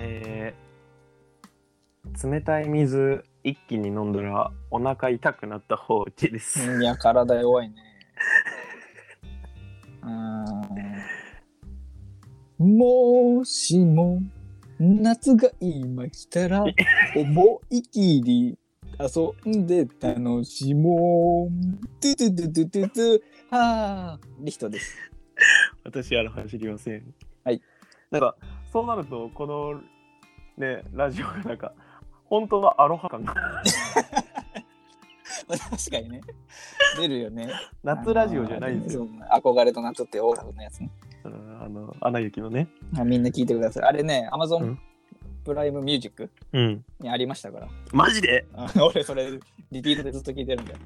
えー冷たい水一気に飲んだらお腹痛くなった放置です、いや、体弱いね。うーん。もしも、夏が今来たら、思い切り遊んで楽しもう。トゥトゥトゥトゥトゥトゥ。はあ、リヒトです。私あら走りませんはいなんかそうなるとこのねラジオがなんか本当のアロハ感 がまあ確かにね。出るよね。夏ラジオじゃないんですよよ。憧れと夏ってオーラのやつね。うんあのアナ雪のねあみんな聞いてください。あれね、う Amazon んプライムミュージックうんにありましたから。マジであ 俺それリピートでずっと聞いてるんだよ。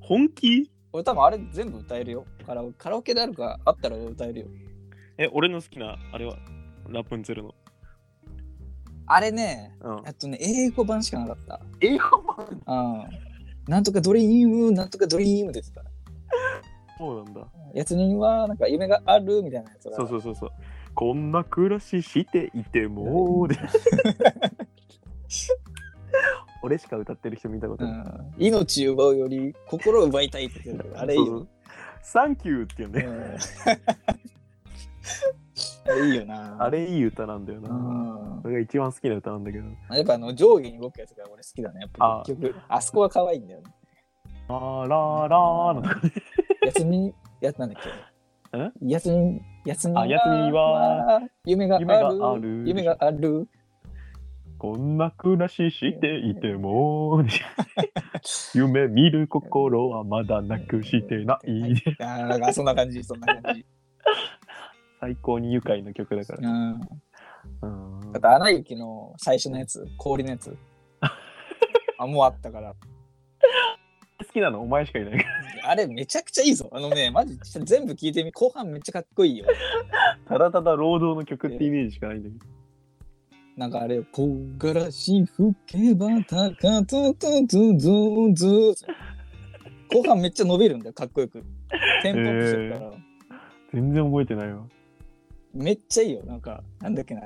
本気俺多分あれ全部歌えるよ。カラオカラオケであるかあったら歌えるよ。え俺の好きなあれはラプンツェルの、あれね、うんえ、っとね、英語版しかなかった。英語版うん。なんとかドリーム、なんとかドリームって言ってた。そうなんだやつにはなんか夢があるみたいなやつが。そうそうそうそうこんな暮らししていてもで俺しか歌ってる人見たことうない、ん、命奪うより心を奪いたいって言ってるからあれいいそうよそ。うサンキューっていうね、うん あれいいよな。あれいい歌なんだよな、うんそれが一番好きな歌なんだけどやっぱあの上下に動くやつが俺好きだね。やっぱ結局あそこは可愛いんだよね。 「あらら」のとこやつみ、やつなんだっけんやつみ、やつみあやつみは、夢がある、夢がある夢があるこんな暮らししていて も夢見る心はまだなくしてない、あーなんかそんな感じ、そんな感じ。最高に愉快な曲だかうら、ん。うんだって、アナ雪の最初のやつ、氷の やつ。あ、もうあったから。好きなのお前しかいないからあれ、めちゃくちゃいいぞ。あのね、マジ、全部聞いてみ、後半めっちゃかっこいいよ。ただただ労働の曲ってイメージしかないんだけどなんかあれよ、ポガラシ吹けばたかととととと。後半めっちゃ伸びるんだよ、かっこよく。テンポアップしてるから。全然覚えてないわめっちゃいいよ。なんか、なんだっけな。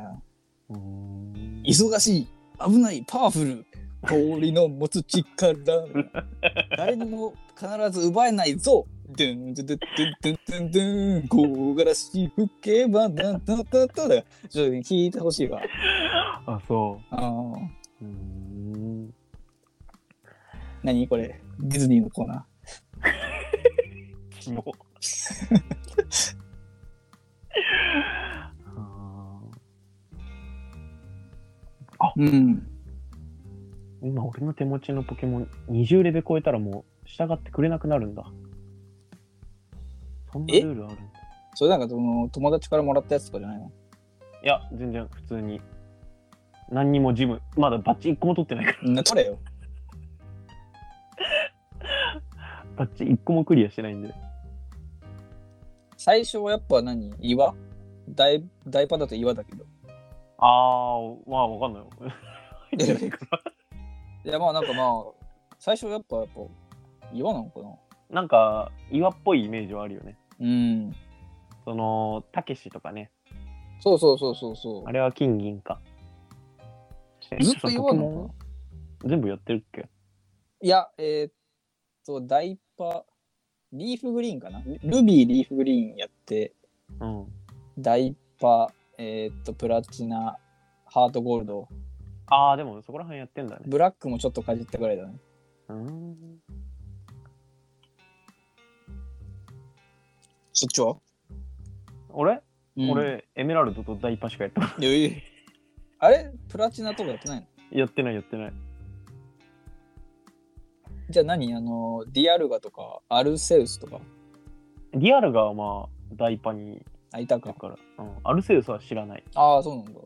うーん忙しい、危ない、パワフル、氷の持つ力。誰にも必ず奪えないぞ。ドゥンドゥドゥドゥドゥンドゥン、唐辛子吹けばだだだだだ。ちょっとね聞いてほしいわ。あそあーううーん何これ、ディズニーのコーナキモ あーー。うん。今俺の手持ちのポケモン20レベル超えたらもう従ってくれなくなるんだそんなルえールあるんだそれなんかその友達からもらったやつとかじゃないいのや全然普通に何にもジムまだバッチ1個も取ってないから な取れよ。バッチ1個もクリアしてないんで最初はやっぱ何岩大大パンだと岩だけど。ああまあわか んないわ入ってないからいやまあなんかまあ、最初はやっぱやっぱ岩なのかななんか岩っぽいイメージはあるよね。うん。そのたけしとかね、そうそうそうそうそあれは金銀か。う。ずっと岩なのかなえ全部やってるっけいや、えーっと、ダイパ、リーフグリーンかなルビー、リーフグリーンやって、うん。ダイパ、えーっと、プラチナ、ハートゴールド、ああ、でもそこら辺やってんだね。ブラックもちょっとかじったぐらいだね。うーん。そっちは俺、うん俺、エメラルドとダイパしかやってない。いやいやあれプラチナとかやってない のやってない、やってない。じゃあ何あの、ディアルガとか、アルセウスとか、リアルがまあ、ダイパにあ、いただか。から、うん。アルセウスは知らない。ああ、そうなんだ。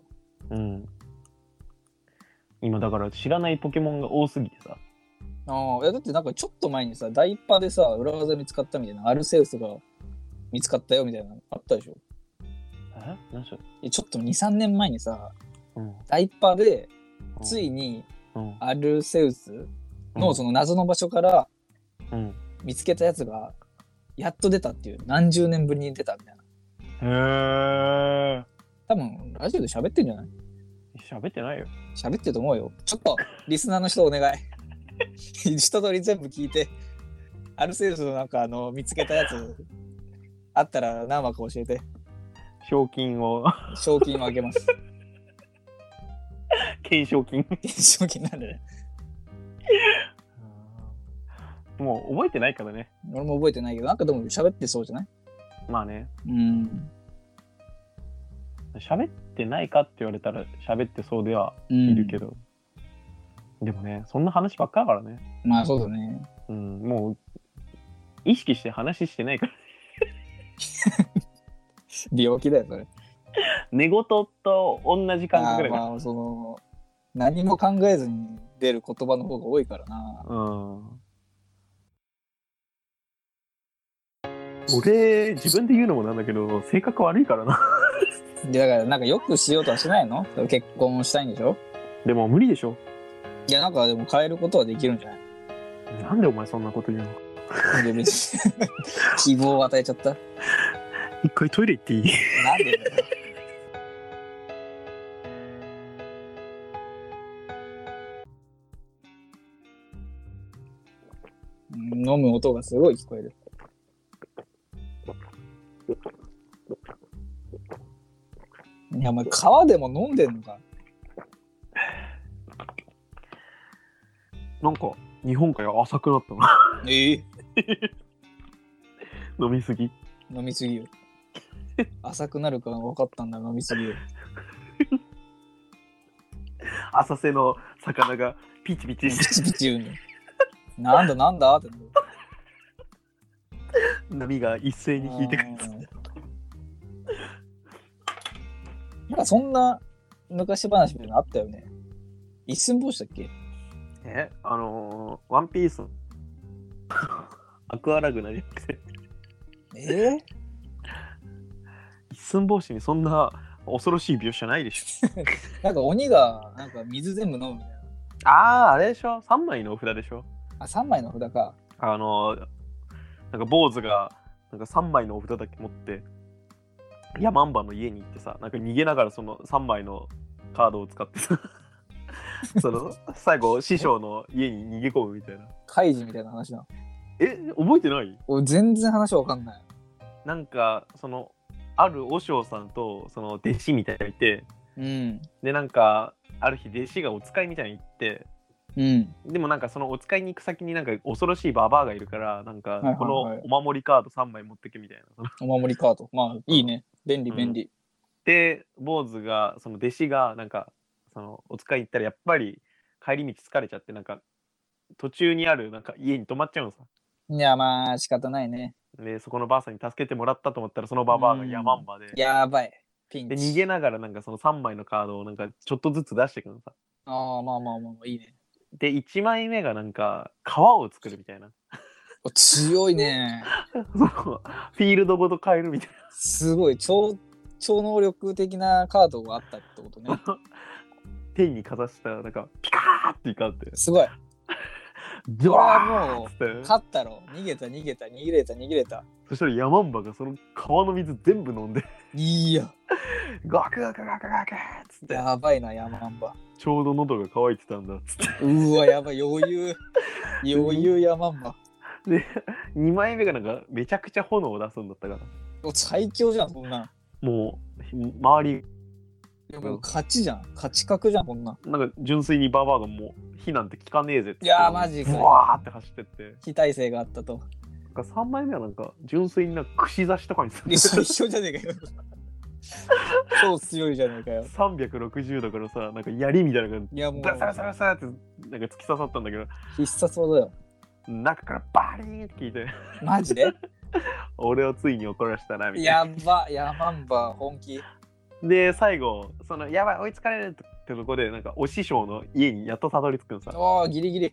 うん。今だから知らないポケモンが多すぎてさ。ああ、いやだってなんかちょっと前にさ、ダイパでさ、裏技見つかったみたいな、アルセウスが見つかったよみたいなのあったでしょえ何しょいやちょっと2、3年前にさ、うん。ダイパでつついいにうん。アルセウスうのんその謎の場所からうん。見つけたやつが、やっと出たっていう、何十年ぶりに出たみたいな。へえ。多分、ラジオで喋ってんじゃない知喋ってないよ。喋ってると思うよ。ちょっと、リスナーの人お願い。 一通り全部聞いて、アルセウスのなんかあの、見つけたやつ、あったら何枠教えて、賞金を、 賞金をあげます。懸賞金。賞金なんでね。もう覚えてないからね。俺も覚えてないけど、なんかでも喋ってそうじゃないまあね、うん。喋ってないかって言われたら喋ってそうではうんいるけど。でもね、そんな話ばっかだからね。まあそうだね。うん、もう、意識して話してないから。病気だよ、それ。寝言と同じ感覚だあかーまあ、その、何も考えずに出る言葉の方が多いからな。ら。うん。俺、自分で言うのもなんだけど、性格悪いからな。で、だから、なんかよくしようとはしないの結婚したいんでしょでも無理でしょ。いや、なんかでも変えることはできるんじゃないなんでお前そんなこと言うのいや別に希望を与えちゃった。一回トイレ行っていい なんでだよ。飲む音がすごい聞こえる。いや、お前、川でも飲んでんのか。なんか日本海が浅くなったなええ飲みすぎ飲みすぎよ。浅くなるから分かったんだ、飲みすぎよ。浅瀬の魚がピチピ チピしてチピチ言うんだよ。なんだなんだってなる。波が一斉に引いてくるうんなんかそんな昔話みたいなのあったよね。一寸法師だっけえあのー、ワンピースアクアラグナじゃなくてええ一寸法師にそんな恐ろしい描写ないでしょなんか鬼がなんか水全部飲むみたいな。あああれでしょ3枚のお札でしょあ、3枚の札か。あのー、なんか坊主がなんか3枚のお札だけ持ってヤマンバの家に行ってさなんか逃げながらその3枚のカードを使って さその最後師匠の家に逃げ込むみたいなカイジみたいな話なの。え覚えてない俺全然話わかんない。なんかそのある和尚さんとその弟子みたいなのがいてうん。でなんかある日弟子がお使いみたいに行ってうん。でもなんかそのお使いに行く先になんか恐ろしいババアがいるからなんいはいはかいこのお守りカード3枚持ってけみたいなお守りカード。まあいいね。便利うん便利。で坊主がその弟子がなんかそのお使い行ったらやっぱり帰り道疲れちゃってなんか途中にあるなんか家に泊まっちゃうのさいやまあ仕方ないね。でそこのばあさんに助けてもらったと思ったらそのばばあがうんヤマンバでやばい。ピンでチ。逃げながらなんかその3枚のカードをなんかちょっとずつ出していくのさああまあまあまあまあいいね。で1枚目がなんか川を作るみたいなお強いね。そのフィールドごと変えるみたいすごい超超能力的なカードがあったってこ とね。な天にかざしたらなんかピカーって光ってすごい。ドこれワはもうーって勝ったろ。逃げた逃げた逃げれた逃げれた。そしたらヤマンバがその川の水全部飲んでいやガクガクガクガクっつってやばいなヤマンバ。ちょうど喉が渇いてたんだっつってうわやばい余裕余裕ヤマンバ。で2枚目がなんかめちゃくちゃ炎を出すんだったからもう最強じゃんそんなん。もう周りいやもう勝ちじゃん勝ち格じゃんこんなん。なんか純粋にババアがもう避なんて効かねえぜっつっていやーマジかブワーって走ってって非耐性があったと。なんか3枚目はなんか純粋になんか串刺しとかにすいやる最強じゃねえかよ。超強いじゃねえかよ。 360度からさなんか槍みたいなのいやもうがダサラサラサラってなんか突き刺さったんだけど必殺技よ。中からバリーンって聞いてマジで俺をついに怒らしたなみたいなやばヤマンバ本気。で最後そのやばい追いつかれるってとこでなんかお師匠の家にやっとたどり着くのさおおギリギリ。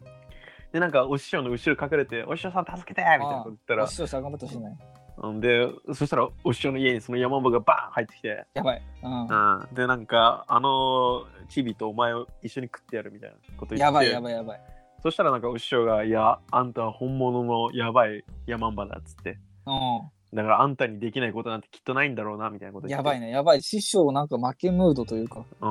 でなんかお師匠の後ろ隠れて「お師匠さん助けて!」みたいなこと言ったおら師匠さん頑張ってほしいね。うんでそしたらお師匠の家にその山んがバーン入ってきて、やばい。うんうん、でなんかあのチビとお前を一緒に食ってやるみたいなこと言ってやばいやばいやばい。そしたらなんかお師匠が「いやあんたは本物のやばい山んだ」っつってうだからあんたにできないことなんてきっとないんだろうなみたいなことん。言っやてばいね、やばい。師匠なんか負けムードというか。う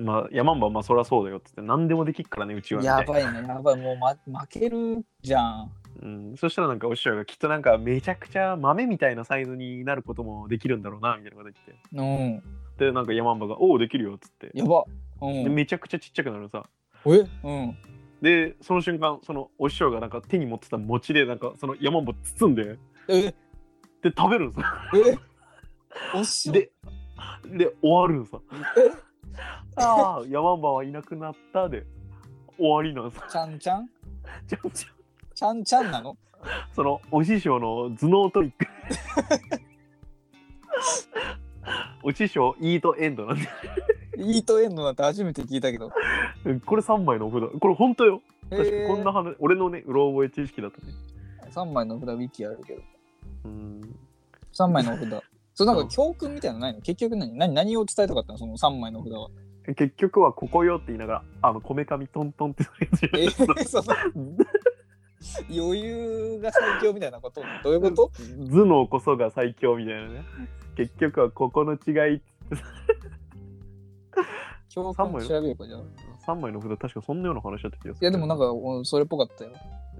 ん、まあ、山んばはまあそりゃそうだよって言って何でもできっからねうちはみたいやなばいね、やばい、もう、ま、負けるじゃん。うん、そしたらなんかお師匠がきっとなんかめちゃくちゃ豆みたいなサイズになることもできるんだろうなみたいなこと言ってうん、でなんか山んばが「おおできるよ」っつってやば。うでん。めちゃくちゃちっちゃくなるのさえうん。でその瞬間そのお師匠がなんか手に持ってた餅でなんかその山んば包んでえ、え、で食べるのさおしょ。でで終わるのさえああ山んばはいなくなったで終わりなのさちゃんちゃんちゃんちゃんちゃんちゃんなのそのお師匠の頭脳トリックお師匠イートエンドなんでイートエンドなんて初めて聞いたけど。これ3枚のお札これ本当よ確かえこんな話俺のねうろ覚え知識だとね3枚の札ウィキあるけど。うん3枚の 札。そうなんか教訓みたいなのないの結局何何何を伝えたかったのその3枚の札は。結局はここよって言いながらあのこめかみトントンってそえれずー、その余裕が最強みたいなことどういうこと頭脳こそが最強みたいなね結局はここの違い教三訓枚調べようかじゃあ。い3枚の札確かそんなような話だった気がするやでもなんか、かおそれっぽかったよ。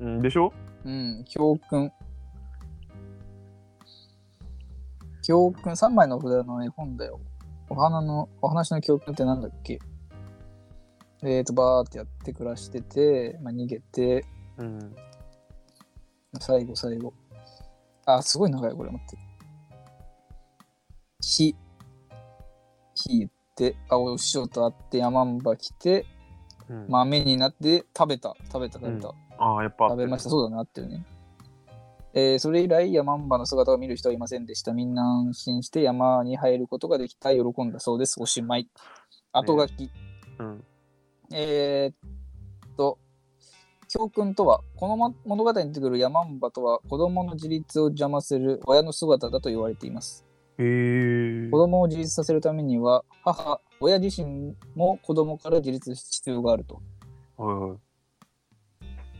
うん、でしょうん、教訓。教訓、3枚の札の絵本だよ。お花の、お話の教訓ってなんだっけえーと、バーってやって暮らしてて、まあ、逃げて、うん最後、最後。あ、すごい長い、これ、待って。火。火言って、あ、お師匠と会って、山んば来て、うん豆になって、食べた、食べた、食べた。ああやっぱ食べました。そうだなってるね。えーそれ以来、山んばの姿を見る人はいませんでした。みんな安心して山に入ることができた。喜んだそうです。おしまい。後書き。うんえーっと、教訓とは、このま物語に出てくる山んばとは、子供の自立を邪魔する親の姿だと言われています。へえ子供を自立させるためには、母、親自身も子供から自立する必要があると。はいはい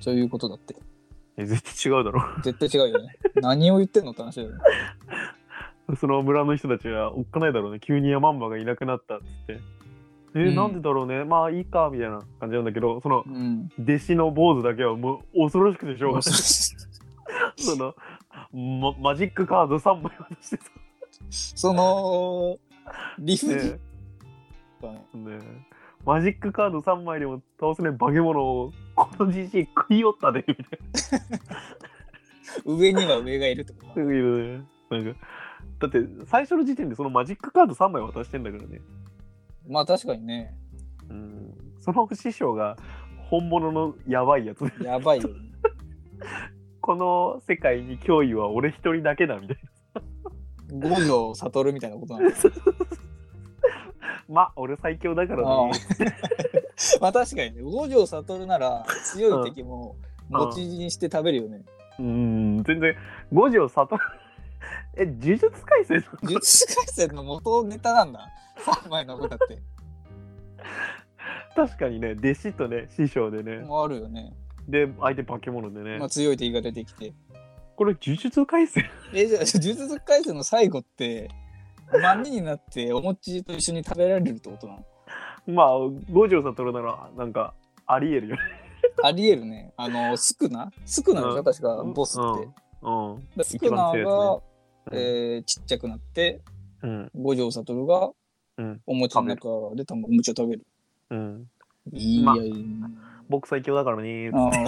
そういうことだって。え絶対違うだろ 絶対違うよね。何を言ってんのって話だよね。その村の人たちがおっかないだろうね急にヤマンバがいなくなったっつってえーうんなんでだろうねまあいいかみたいな感じなんだけどそのうん。弟子の坊主だけはもう恐ろしくてしょうがないその、ま、マジックカード3枚渡してさその理不尽ねだね。ねマジックカード3枚でも倒せない化け物をこのじじい食いおったでみたい上には上がいるってことなだ。いうねなんかだって最初の時点でそのマジックカード3枚渡してんだからねまあ確かにね、うんその師匠が本物のやばいやつでやばいよ、ね。この世界に脅威は俺一人だけだみたい五条悟るみたいなことなの。な まあ俺最強だからああね まあ確かにね、五条悟なら強い敵もうん持ちにして食べるよね。うん全然五条悟 え呪術廻戦の呪術廻戦の元ネタなんだ。3枚のことだって。確かにね弟子とね師匠でねもうあるよね。で相手化け物でね、まあ強い敵が出てきて。これ呪術廻戦え、じゃあ呪術廻戦の最後って、豆になってお餅と一緒に食べられるってことなの まあ五条悟ならなんかありえるよねありえるね。あの、スクナスクナでしょ、うん確か、ボスって。うん、うんでス一クナが番、強いやつねえーちっちゃくなって、うん五条悟がうんお餅の中で多分お餅を食べる。うん、いいやまいいな。僕最強だから ねあー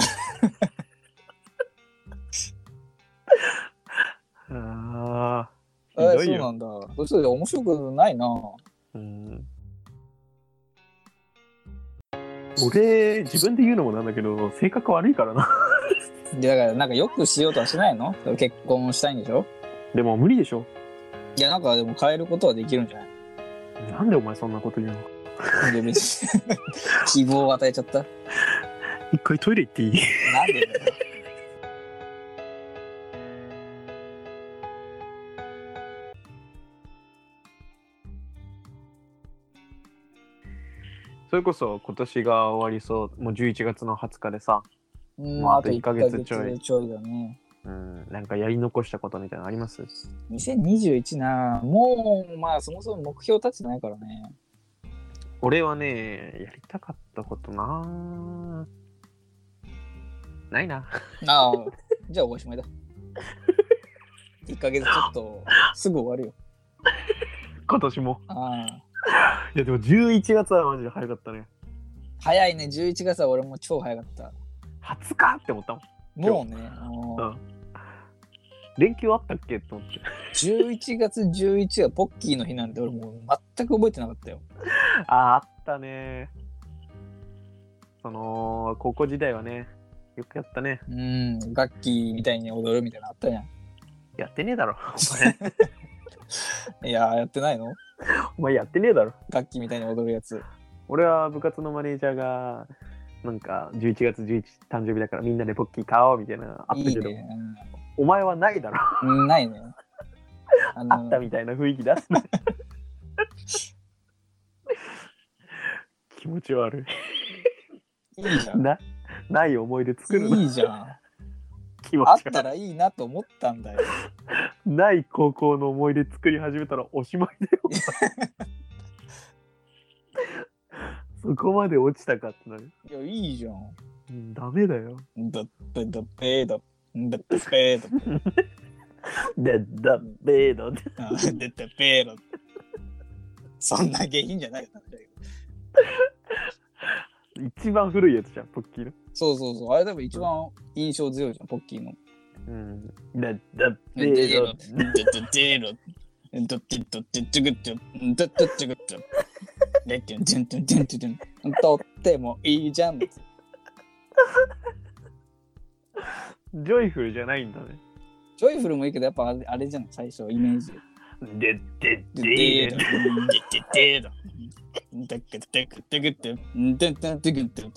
あえーーひどそいうよ、なんだ。そしたら面白くないな。うん、俺自分で言うのもなんだけど性格悪いからな でだから、なんかよくしようとはしないの結婚したいんでしょでも無理でしょいや、なんかでも変えることはできるんじゃないなんでお前そんなこと言うのいや別に 希望を与えちゃった。一回トイレ行っていいなんでだよ。 それこそ今年が終わりそうもう11月の20日でさ、うんまああとあと1一ヶヶ月月ちちょょいいちょいだね。うん、なんかやり残したことみたいなのあります2021なもうまあそもそも目標立ってないからね俺はね、やりたかったことなないな。 ああ、じゃあおしまいだ。1ヶ月ちょっと、すぐ終わるよ。今年も。ああ。いや、でも11月はマジで早かったね。早いね、11月は俺も超早かった。 20日って思ったもん。もうね、あのうん連休あったっけって思って。 11月11はポッキーの日なんで俺もう全く覚えてなかったよ。あーあったねその高校時代はねよくやったねうん、楽器みたいに踊るみたいなのあったじゃん。やってねえだろ お前いやー、やってないのお前やってねえだろ楽器みたいに踊るやつ。俺は部活のマネージャーがなんか11月11誕生日だからみんなでポッキー買おうみたいなのあったいけいどね。お前はないだろ、うん、ないね。ああったみたいな雰囲気出すな 気持ち悪いいじゃいなない思い出作るん。ないいじゃん。気持ちあっ悪いたらいいなと思ったんだよ。ない高校の思い出作り始めたらおしまいだよ。 そこまで落ちたかってなる。いや、いいじゃん。うんダメだよ。だってだってだだってペーだで、だ、べーだ。あだってペーだそんな下品じゃないよ一番古いやつじゃん、ポッキーの。そうそうそうあれ多分一番印象強いじゃんポッキーのうん。だ、だ、だべーだ。ってだだってだってちぐっちょだってちぐっちょレッテンテンテンテンテンテンとってもいいじゃんジジョイフルじゃないんだね。ョイフルもいいけどやっぱあれあれじゃん最初イメージで、で、ででーでだだ。ででだだってだってだってだってだって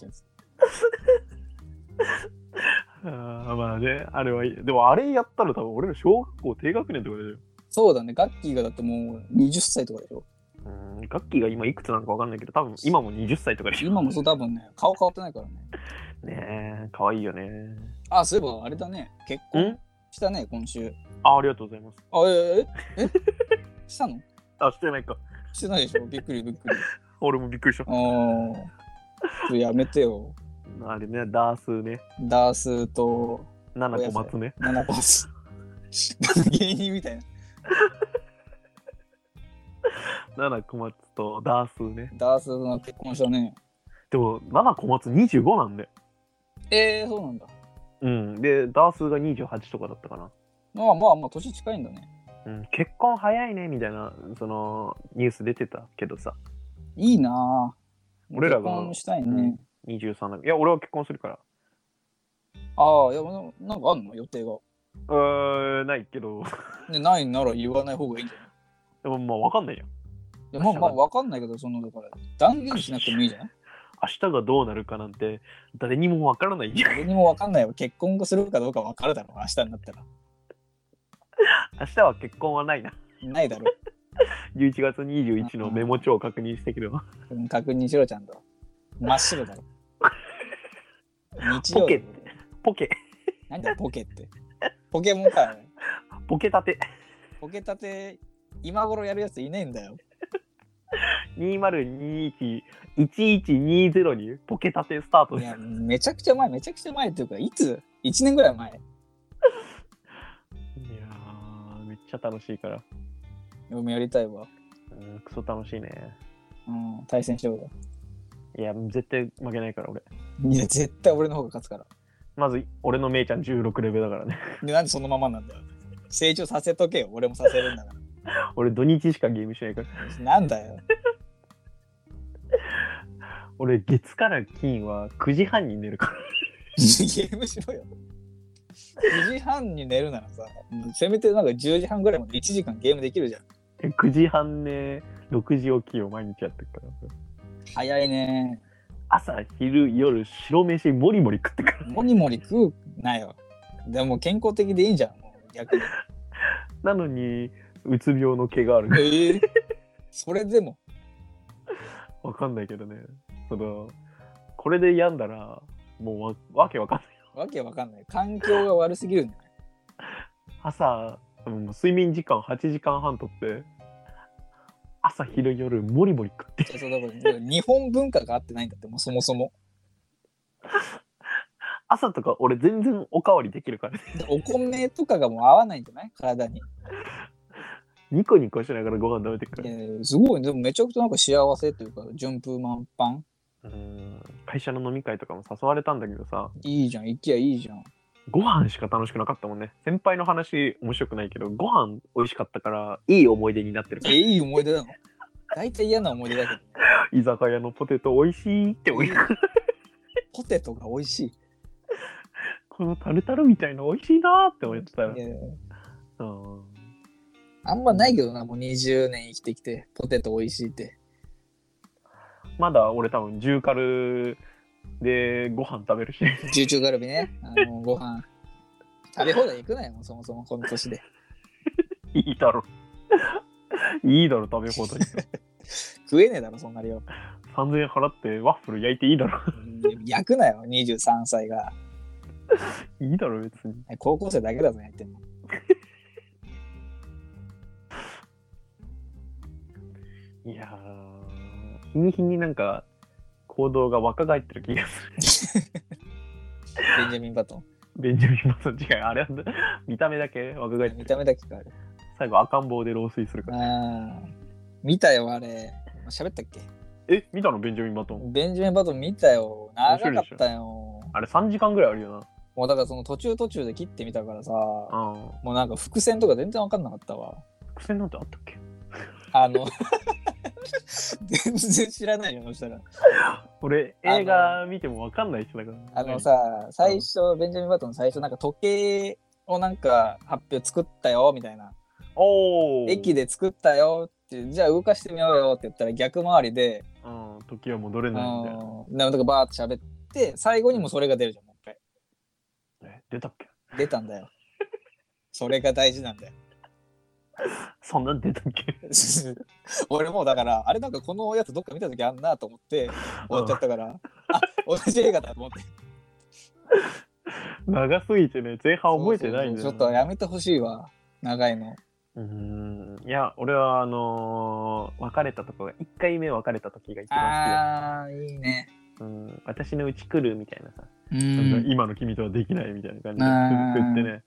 あーまあね、あれはいい。でもあれやったら多分俺ら小学校低学年とかだよ。そうだね、ガッキーがだってもう20歳とかでしょ。うん、ガッキーが今いくつなのかわかんないけど、多分今も20歳とかでしょ。今もそう多分ね、顔変わってないからね。ねえ、かわいいよね。あ、そういえばあれだね、結ん婚したね、今週。あありがとうございます。あ、え、え、えしたのあ、してないか。してないでしょ、びっくりびっくり。俺もびっくりした。あーちょやめてよ。あれね、ダースね、ダースと七個松ね。ナナコス。芸人みたいな。七個松とダースね。ダースとの結婚したね。でも、七個松25なんで。えー、そうなんだ。うん。で、ダースが28とかだったかな。まあまあまあ、年近いんだね。うん、結婚早いねみたいなそのニュース出てたけどさいいなぁ。俺らが結婚したいね。うん23だいや俺は結婚するからああ、いや、なんかあんの予定が。うーんないけどね、ないなら言わない方がいいんじゃないでもまあわかんないやんいやまあまあわかんないけど、そのだから断言しなくてもいいじゃん。明日がどうなるかなんて誰にもわからないじゃん誰にもわかんないよ。結婚するかどうかわかるだろう、明日になったら。明日は結婚はないなないだろ11月21のメモ帳を確認してくればう。うん確認しろ、ちゃんと。真っ白だろ。日ポ曜ケ日っ。てポケなんだよポケって。ポケモンか。ポケたてポケたて、今頃やるやついねえんだよ。 2021-1120にポケタテスタートいですや、めちゃくちゃ前、めちゃくちゃ前っていうか、いつ ?1 年ぐらい前。いやーめっちゃ楽しいから。俺もやりたいわ。うん、クソ楽しいね。うん、対戦しようよ。いや、絶対負けないから俺。いや、絶対俺の方が勝つから。まず、俺のめいちゃん16レベルだからね。 で、なんでそのままなんだよ。成長させとけよ。俺もさせるんだから。俺土日しかゲームしないから。なんだよ。俺月から金は9時半に寝るから。ゲームしろよ。9時半に寝るならさ、せめてなんか10時半ぐらいまで1時間ゲームできるじゃん。 え9時半ね、6時起きを毎日やってるから。早いね。朝、昼、夜、白飯、もりもり食ってから。もりもり食うなよ。でも健康的でいいんじゃん。もう逆に。なのに、うつ病の毛がある。ええそれでも。わかんないけどね。その、これで病んだら、もうわわけわかんない。わけわかんない。環境が悪すぎるんだよ。朝、うん、睡眠時間8時間半とって、朝昼夜モリモリ食ってそうそうだからだから日本文化が合ってないんだってもうそもそも朝とか俺全然おかわりできるからねお米とかがもう合わないんじゃない体にニコニコしながらご飯食べてくいるやいやすごいでもめちゃくちゃなんか幸せというか順風満帆うん会社の飲み会とかも誘われたんだけどさいいじゃん行きゃいいじゃんご飯しか楽しくなかったもんね先輩の話面白くないけどご飯美味しかったからいい思い出になってるからえいい思い出なの大体嫌な思い出だけど居酒屋のポテト美味しいって言いながらポテトが美味しいこのタルタルみたいな美味しいなーって思ってたよいやいやうんあんまないけどなもう20年生きてきてポテト美味しいってまだ俺多分重軽でご飯食べるし重中カルビねあのご飯食べ放題行くなよもうそもそもこの年で いいだろいいだろ食べ放題食えねえだろそんな量3000円払ってワッフル焼いていいだろ焼くなよ23歳がいいだろ別に高校生だけだぞやってんのいやー日に日になんか行動が若返ってる気がするベンジャミン・バトンベンジャミン・マソン違うあれは見た目だけ若返って見るた目だけ変わる最後赤ん坊で老衰するからあー見たよあれ喋ったっけえ見たのベンジャミン・バトンベンジャミン・バトン見たよ長かったよあれ3時間ぐらいあるよもうだからその途中途中で切ってみたからさなうんもうなんか伏線とか全然わかんなかったわ伏線なんてあったっけあの 全然知らないよそしたら俺映画見てもわかんない人だからあのさ最初ベンジャミン・バトン最初なんか時計をなんか発表作ったよみたいなおお駅で、で作ったよってじゃあ動かしてみようよって言ったら逆回りでうん、時は戻れうんないみたいななんかバーッと喋って最後にもうそれが出るじゃんもう一回え出たっけ出たんだよそれが大事なんだよ そんなん出たっけ 俺もうだからあれなんかこのやつどっか見た時あんなと思って終わっちゃったから、あ同じ映画だと 思って長すぎてね前半覚えてないんだそよね、うそうそうちょっとやめてほしいわ長いのうーんいや俺はあのー別れたとこが1回目別れた時が一番あーいいね好きで、うん、私のうち来るみたいなさ、うなんかん今の君とはできないみたいな感じあーで作ってね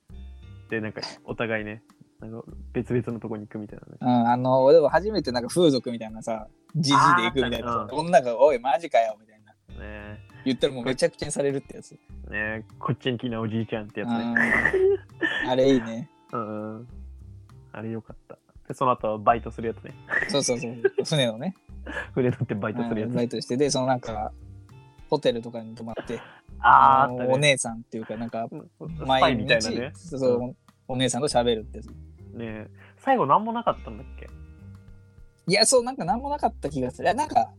でなんかお互いねあの別々のとこに行くみたいなねうん、あの俺も初めてなんか風俗みたいなさじじで行くみたいなあー女が「おいマジかよ」みたいなね言ったらもうめちゃくちゃにされるってやつえねえこっちに来なおじいちゃんってやつね、うんあれいいねうんうんあれよかった。で、その後はバイトするやつね。そうそうそう船のね船乗ってバイトするやうつんバイトしてでそのなんかホテルとかに泊まってあーあのったおね。姉さんっていうかなんかスパイみたいなね。ねそうそうお姉さんと喋るってやつえ最後なんもなかったんだっけいやそうなんか何もなかった気がするいやなんか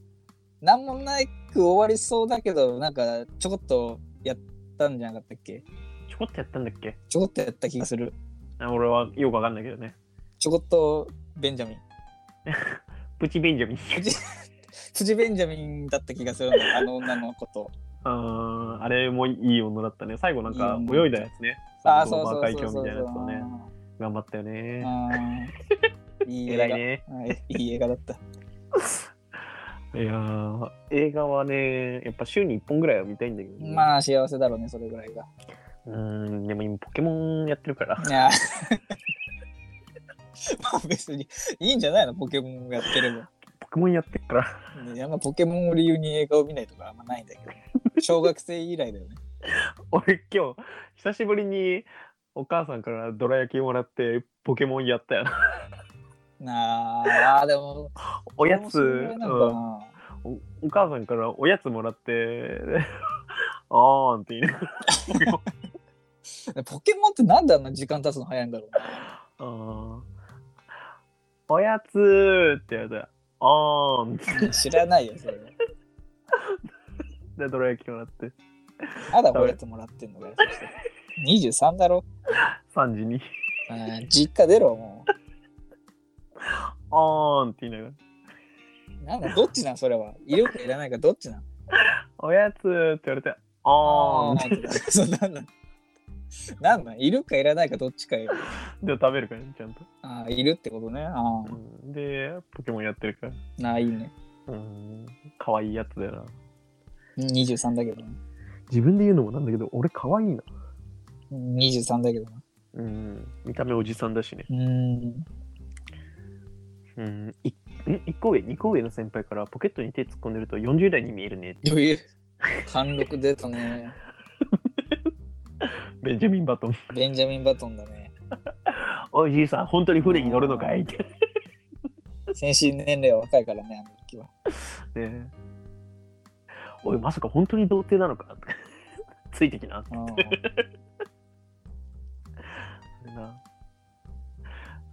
何もなく終わりそうだけどなんかちょこっとやったんじゃなかったっけちょこっとやったんだっけちょこっとやった気がするあ俺はよくわかんないけどね。ちょこっとベンジャミンプチベンジャミン。辻ベンジャミンだった気がするのあの女のことあーあれもいい女だったね。最後なんかいい女泳いだやつね。 ああドそーうバそーう海そ峡うそみうたいなやつをね。そ頑張ったよね。ううんいい映偉画いね。はいいい映画だったいやー映画はね、やっぱ週に1本ぐらいは見たいんだけど、ね。あ。まあ幸せだろうねそれぐらいがうーん、でも今ポケモンやってるから。いや まあ別にいいんじゃないのポケモンやってればポケモンやってるから。 ねあんまポケモンを理由に映画を見ないとかあんまないんだけど小学生以来だよね俺今日久しぶりにお母さんからどら焼きもらってポケモンやったよなああーでもおやつ、そのぐらいなのかなうんおお母さんからおやつもらって あーんって言いながらポケモンポケモンってなんであんな時間経つの早いんだろうなあーおやつーって言われてあーんって知らないよそれでどら焼きもらってまだおやつもらってんのかよそして23だろ3時にうん実家出ろもあーんって言いながらうなんだどっちなんそれは威力いらないかどっちなんおやつーって言われてあーんってーそうなんだなんなんいるかいらないかどっちかよ。でも食べるからね、ちゃんと。ああ、いるってことね。あうんで、ポケモンやってるから。あ、なあ、いいね。うん。可愛いやつだよな。 23だけどな。自分で言うのもなんだけど、俺可愛いな。 23だけどな。うん。見た目おじさんだしね。うーん。うん。いん1個上、2個上の先輩からポケットに手突っ込んでると40代に見えるね。余裕。貫禄出たね。ベンジャミン・バトン。 ベンジャミン・バトンだね。おいじいさん、本当に船に乗るのかいって。精神年齢は若いからね、あの時は。ねえおい、まさか本当に童貞なのか ついてきな。うんあれな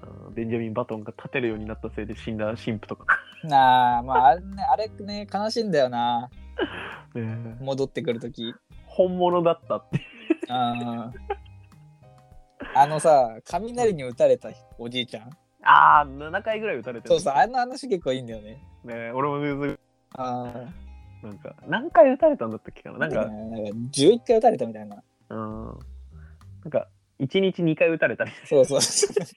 あのベンジャミン・バトンが立てるようになったせいで死んだ神父とか。なあ、まあ、あれね、あれね、悲しいんだよな。ねえ戻ってくるとき。本物だったって。ああのさ、雷に打たれたおじいちゃん。ああ、7回ぐらい打たれてそるうそう、あの話結構いいんだよね。ねえ俺も全然ああ。なんか、何回打たれたんだったっけかな。なんなか、んか11回打たれたみたいな。うん。なんか、1日2回打たれたりそうそう。なんか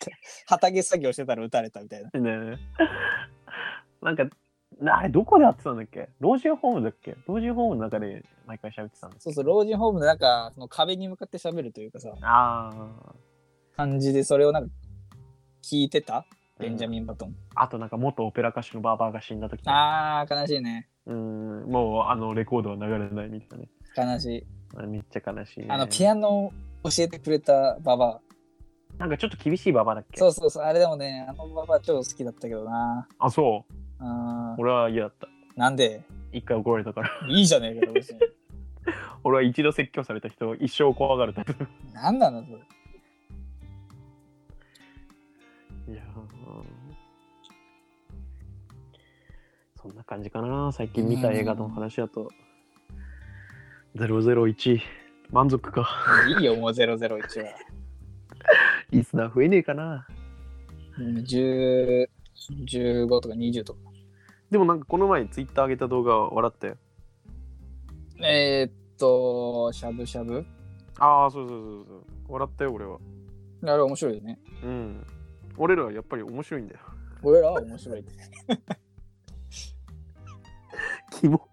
畑作業してたら打たれたみたいな。ねえなんか、なあれどこでやってたんだっけ老人ホームだっけ老人ホームの中で毎回喋ってたんですそうそう、老人ホームのなんか、その壁に向かって喋るというかさ、ああ。感じでそれをなんか聞いてたベンジャン。ミン・バトン。あとなんか元オペラ歌手のバーバーが死んだ時ああ、悲しいね。うん、もうあのレコードは流れないみたいなね。悲しい。あれめっちゃ悲しい、ね。あの、ピアノを教えてくれたババア。なんかちょっと厳しいババアだっけそうそうそう、あれでもね、あのババア超好きだったけどな。あ、そう。あー俺は嫌だった。なんで一回怒られたから。 いいじゃねえかよ、別に。俺は一度説教された人を一生怖がるタイプ。なんなのそれ。いやーそんな感じかな最近見た映画の話だと001満足かいいよ、もう001は。リスナー増えねえかなうん10 15とか20とか。でもなんかこの前ツイッター上げた動画は笑ったよえー、っと、しゃぶしゃぶああそうそうそうそう笑ったよ俺はあれ面白いよね。うん俺らはやっぱり面白いんだよ俺らは面白い。 キモ